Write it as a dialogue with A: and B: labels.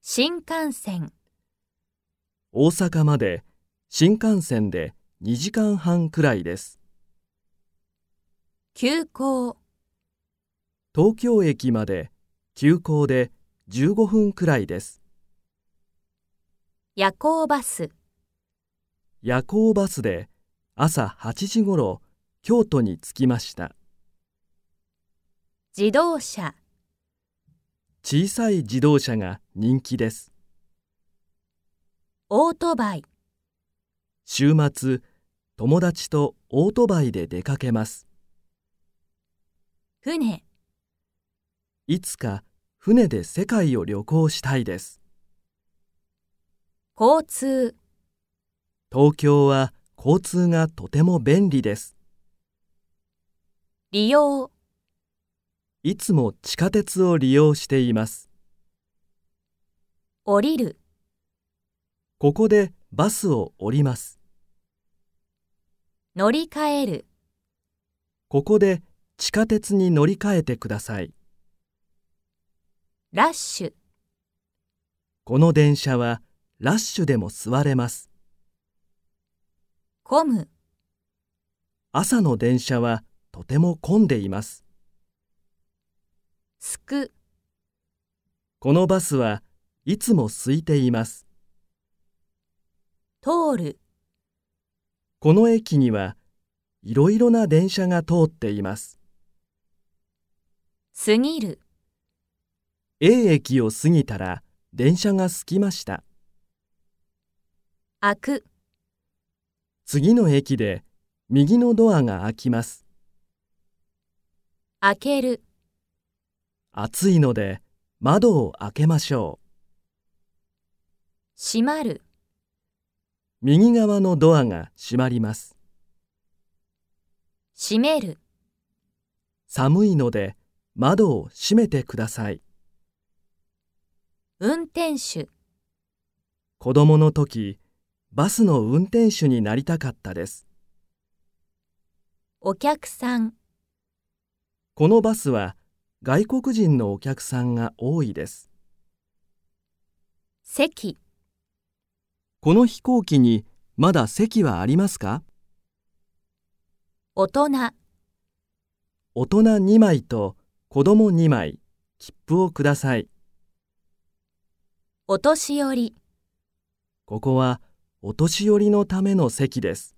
A: 新幹線、
B: 大阪まで新幹線で2時間半くらいです。
A: 急行、
B: 東京駅まで急行で15分くらいです。
A: 夜行バス、
B: 夜行バスで朝8時ごろ京都に着きました。
A: 自動車、
B: 小さい自動車が人気です。
A: オートバイ、
B: 週末、友達とオートバイで出かけます。
A: 船、
B: いつか船で世界を旅行したいです。
A: 交通、
B: 東京は交通がとても便利です。
A: 利用、
B: いつも地下鉄を利用しています。
A: 降りる、
B: ここでバスを降ります。
A: 乗り換える、
B: ここで地下鉄に乗り換えてください。
A: ラッシュ、
B: この電車はラッシュでも座れます。
A: 混む、
B: 朝の電車はとても混んでいます。
A: すく、
B: このバスはいつも空いています。
A: 通る、
B: この駅にはいろいろな電車が通っています。
A: 過ぎる、
B: A 駅を過ぎたら電車が空きました。
A: 開く、
B: 次の駅で右のドアが開きます。
A: 開ける、
B: 暑いので窓を開けましょう。
A: 閉まる、
B: 右側のドアが閉まります。
A: 閉める、
B: 寒いので窓を閉めてください。
A: 運転手、
B: 子供の時、バスの運転手になりたかったです。
A: お客さん、
B: このバスは外国人のお客さんが多いです。
A: 席、
B: この飛行機にまだ席はありますか
A: 大人、
B: 大人2枚と子供2枚、切符をください。
A: お年寄り。
B: ここはお年寄りのための席です。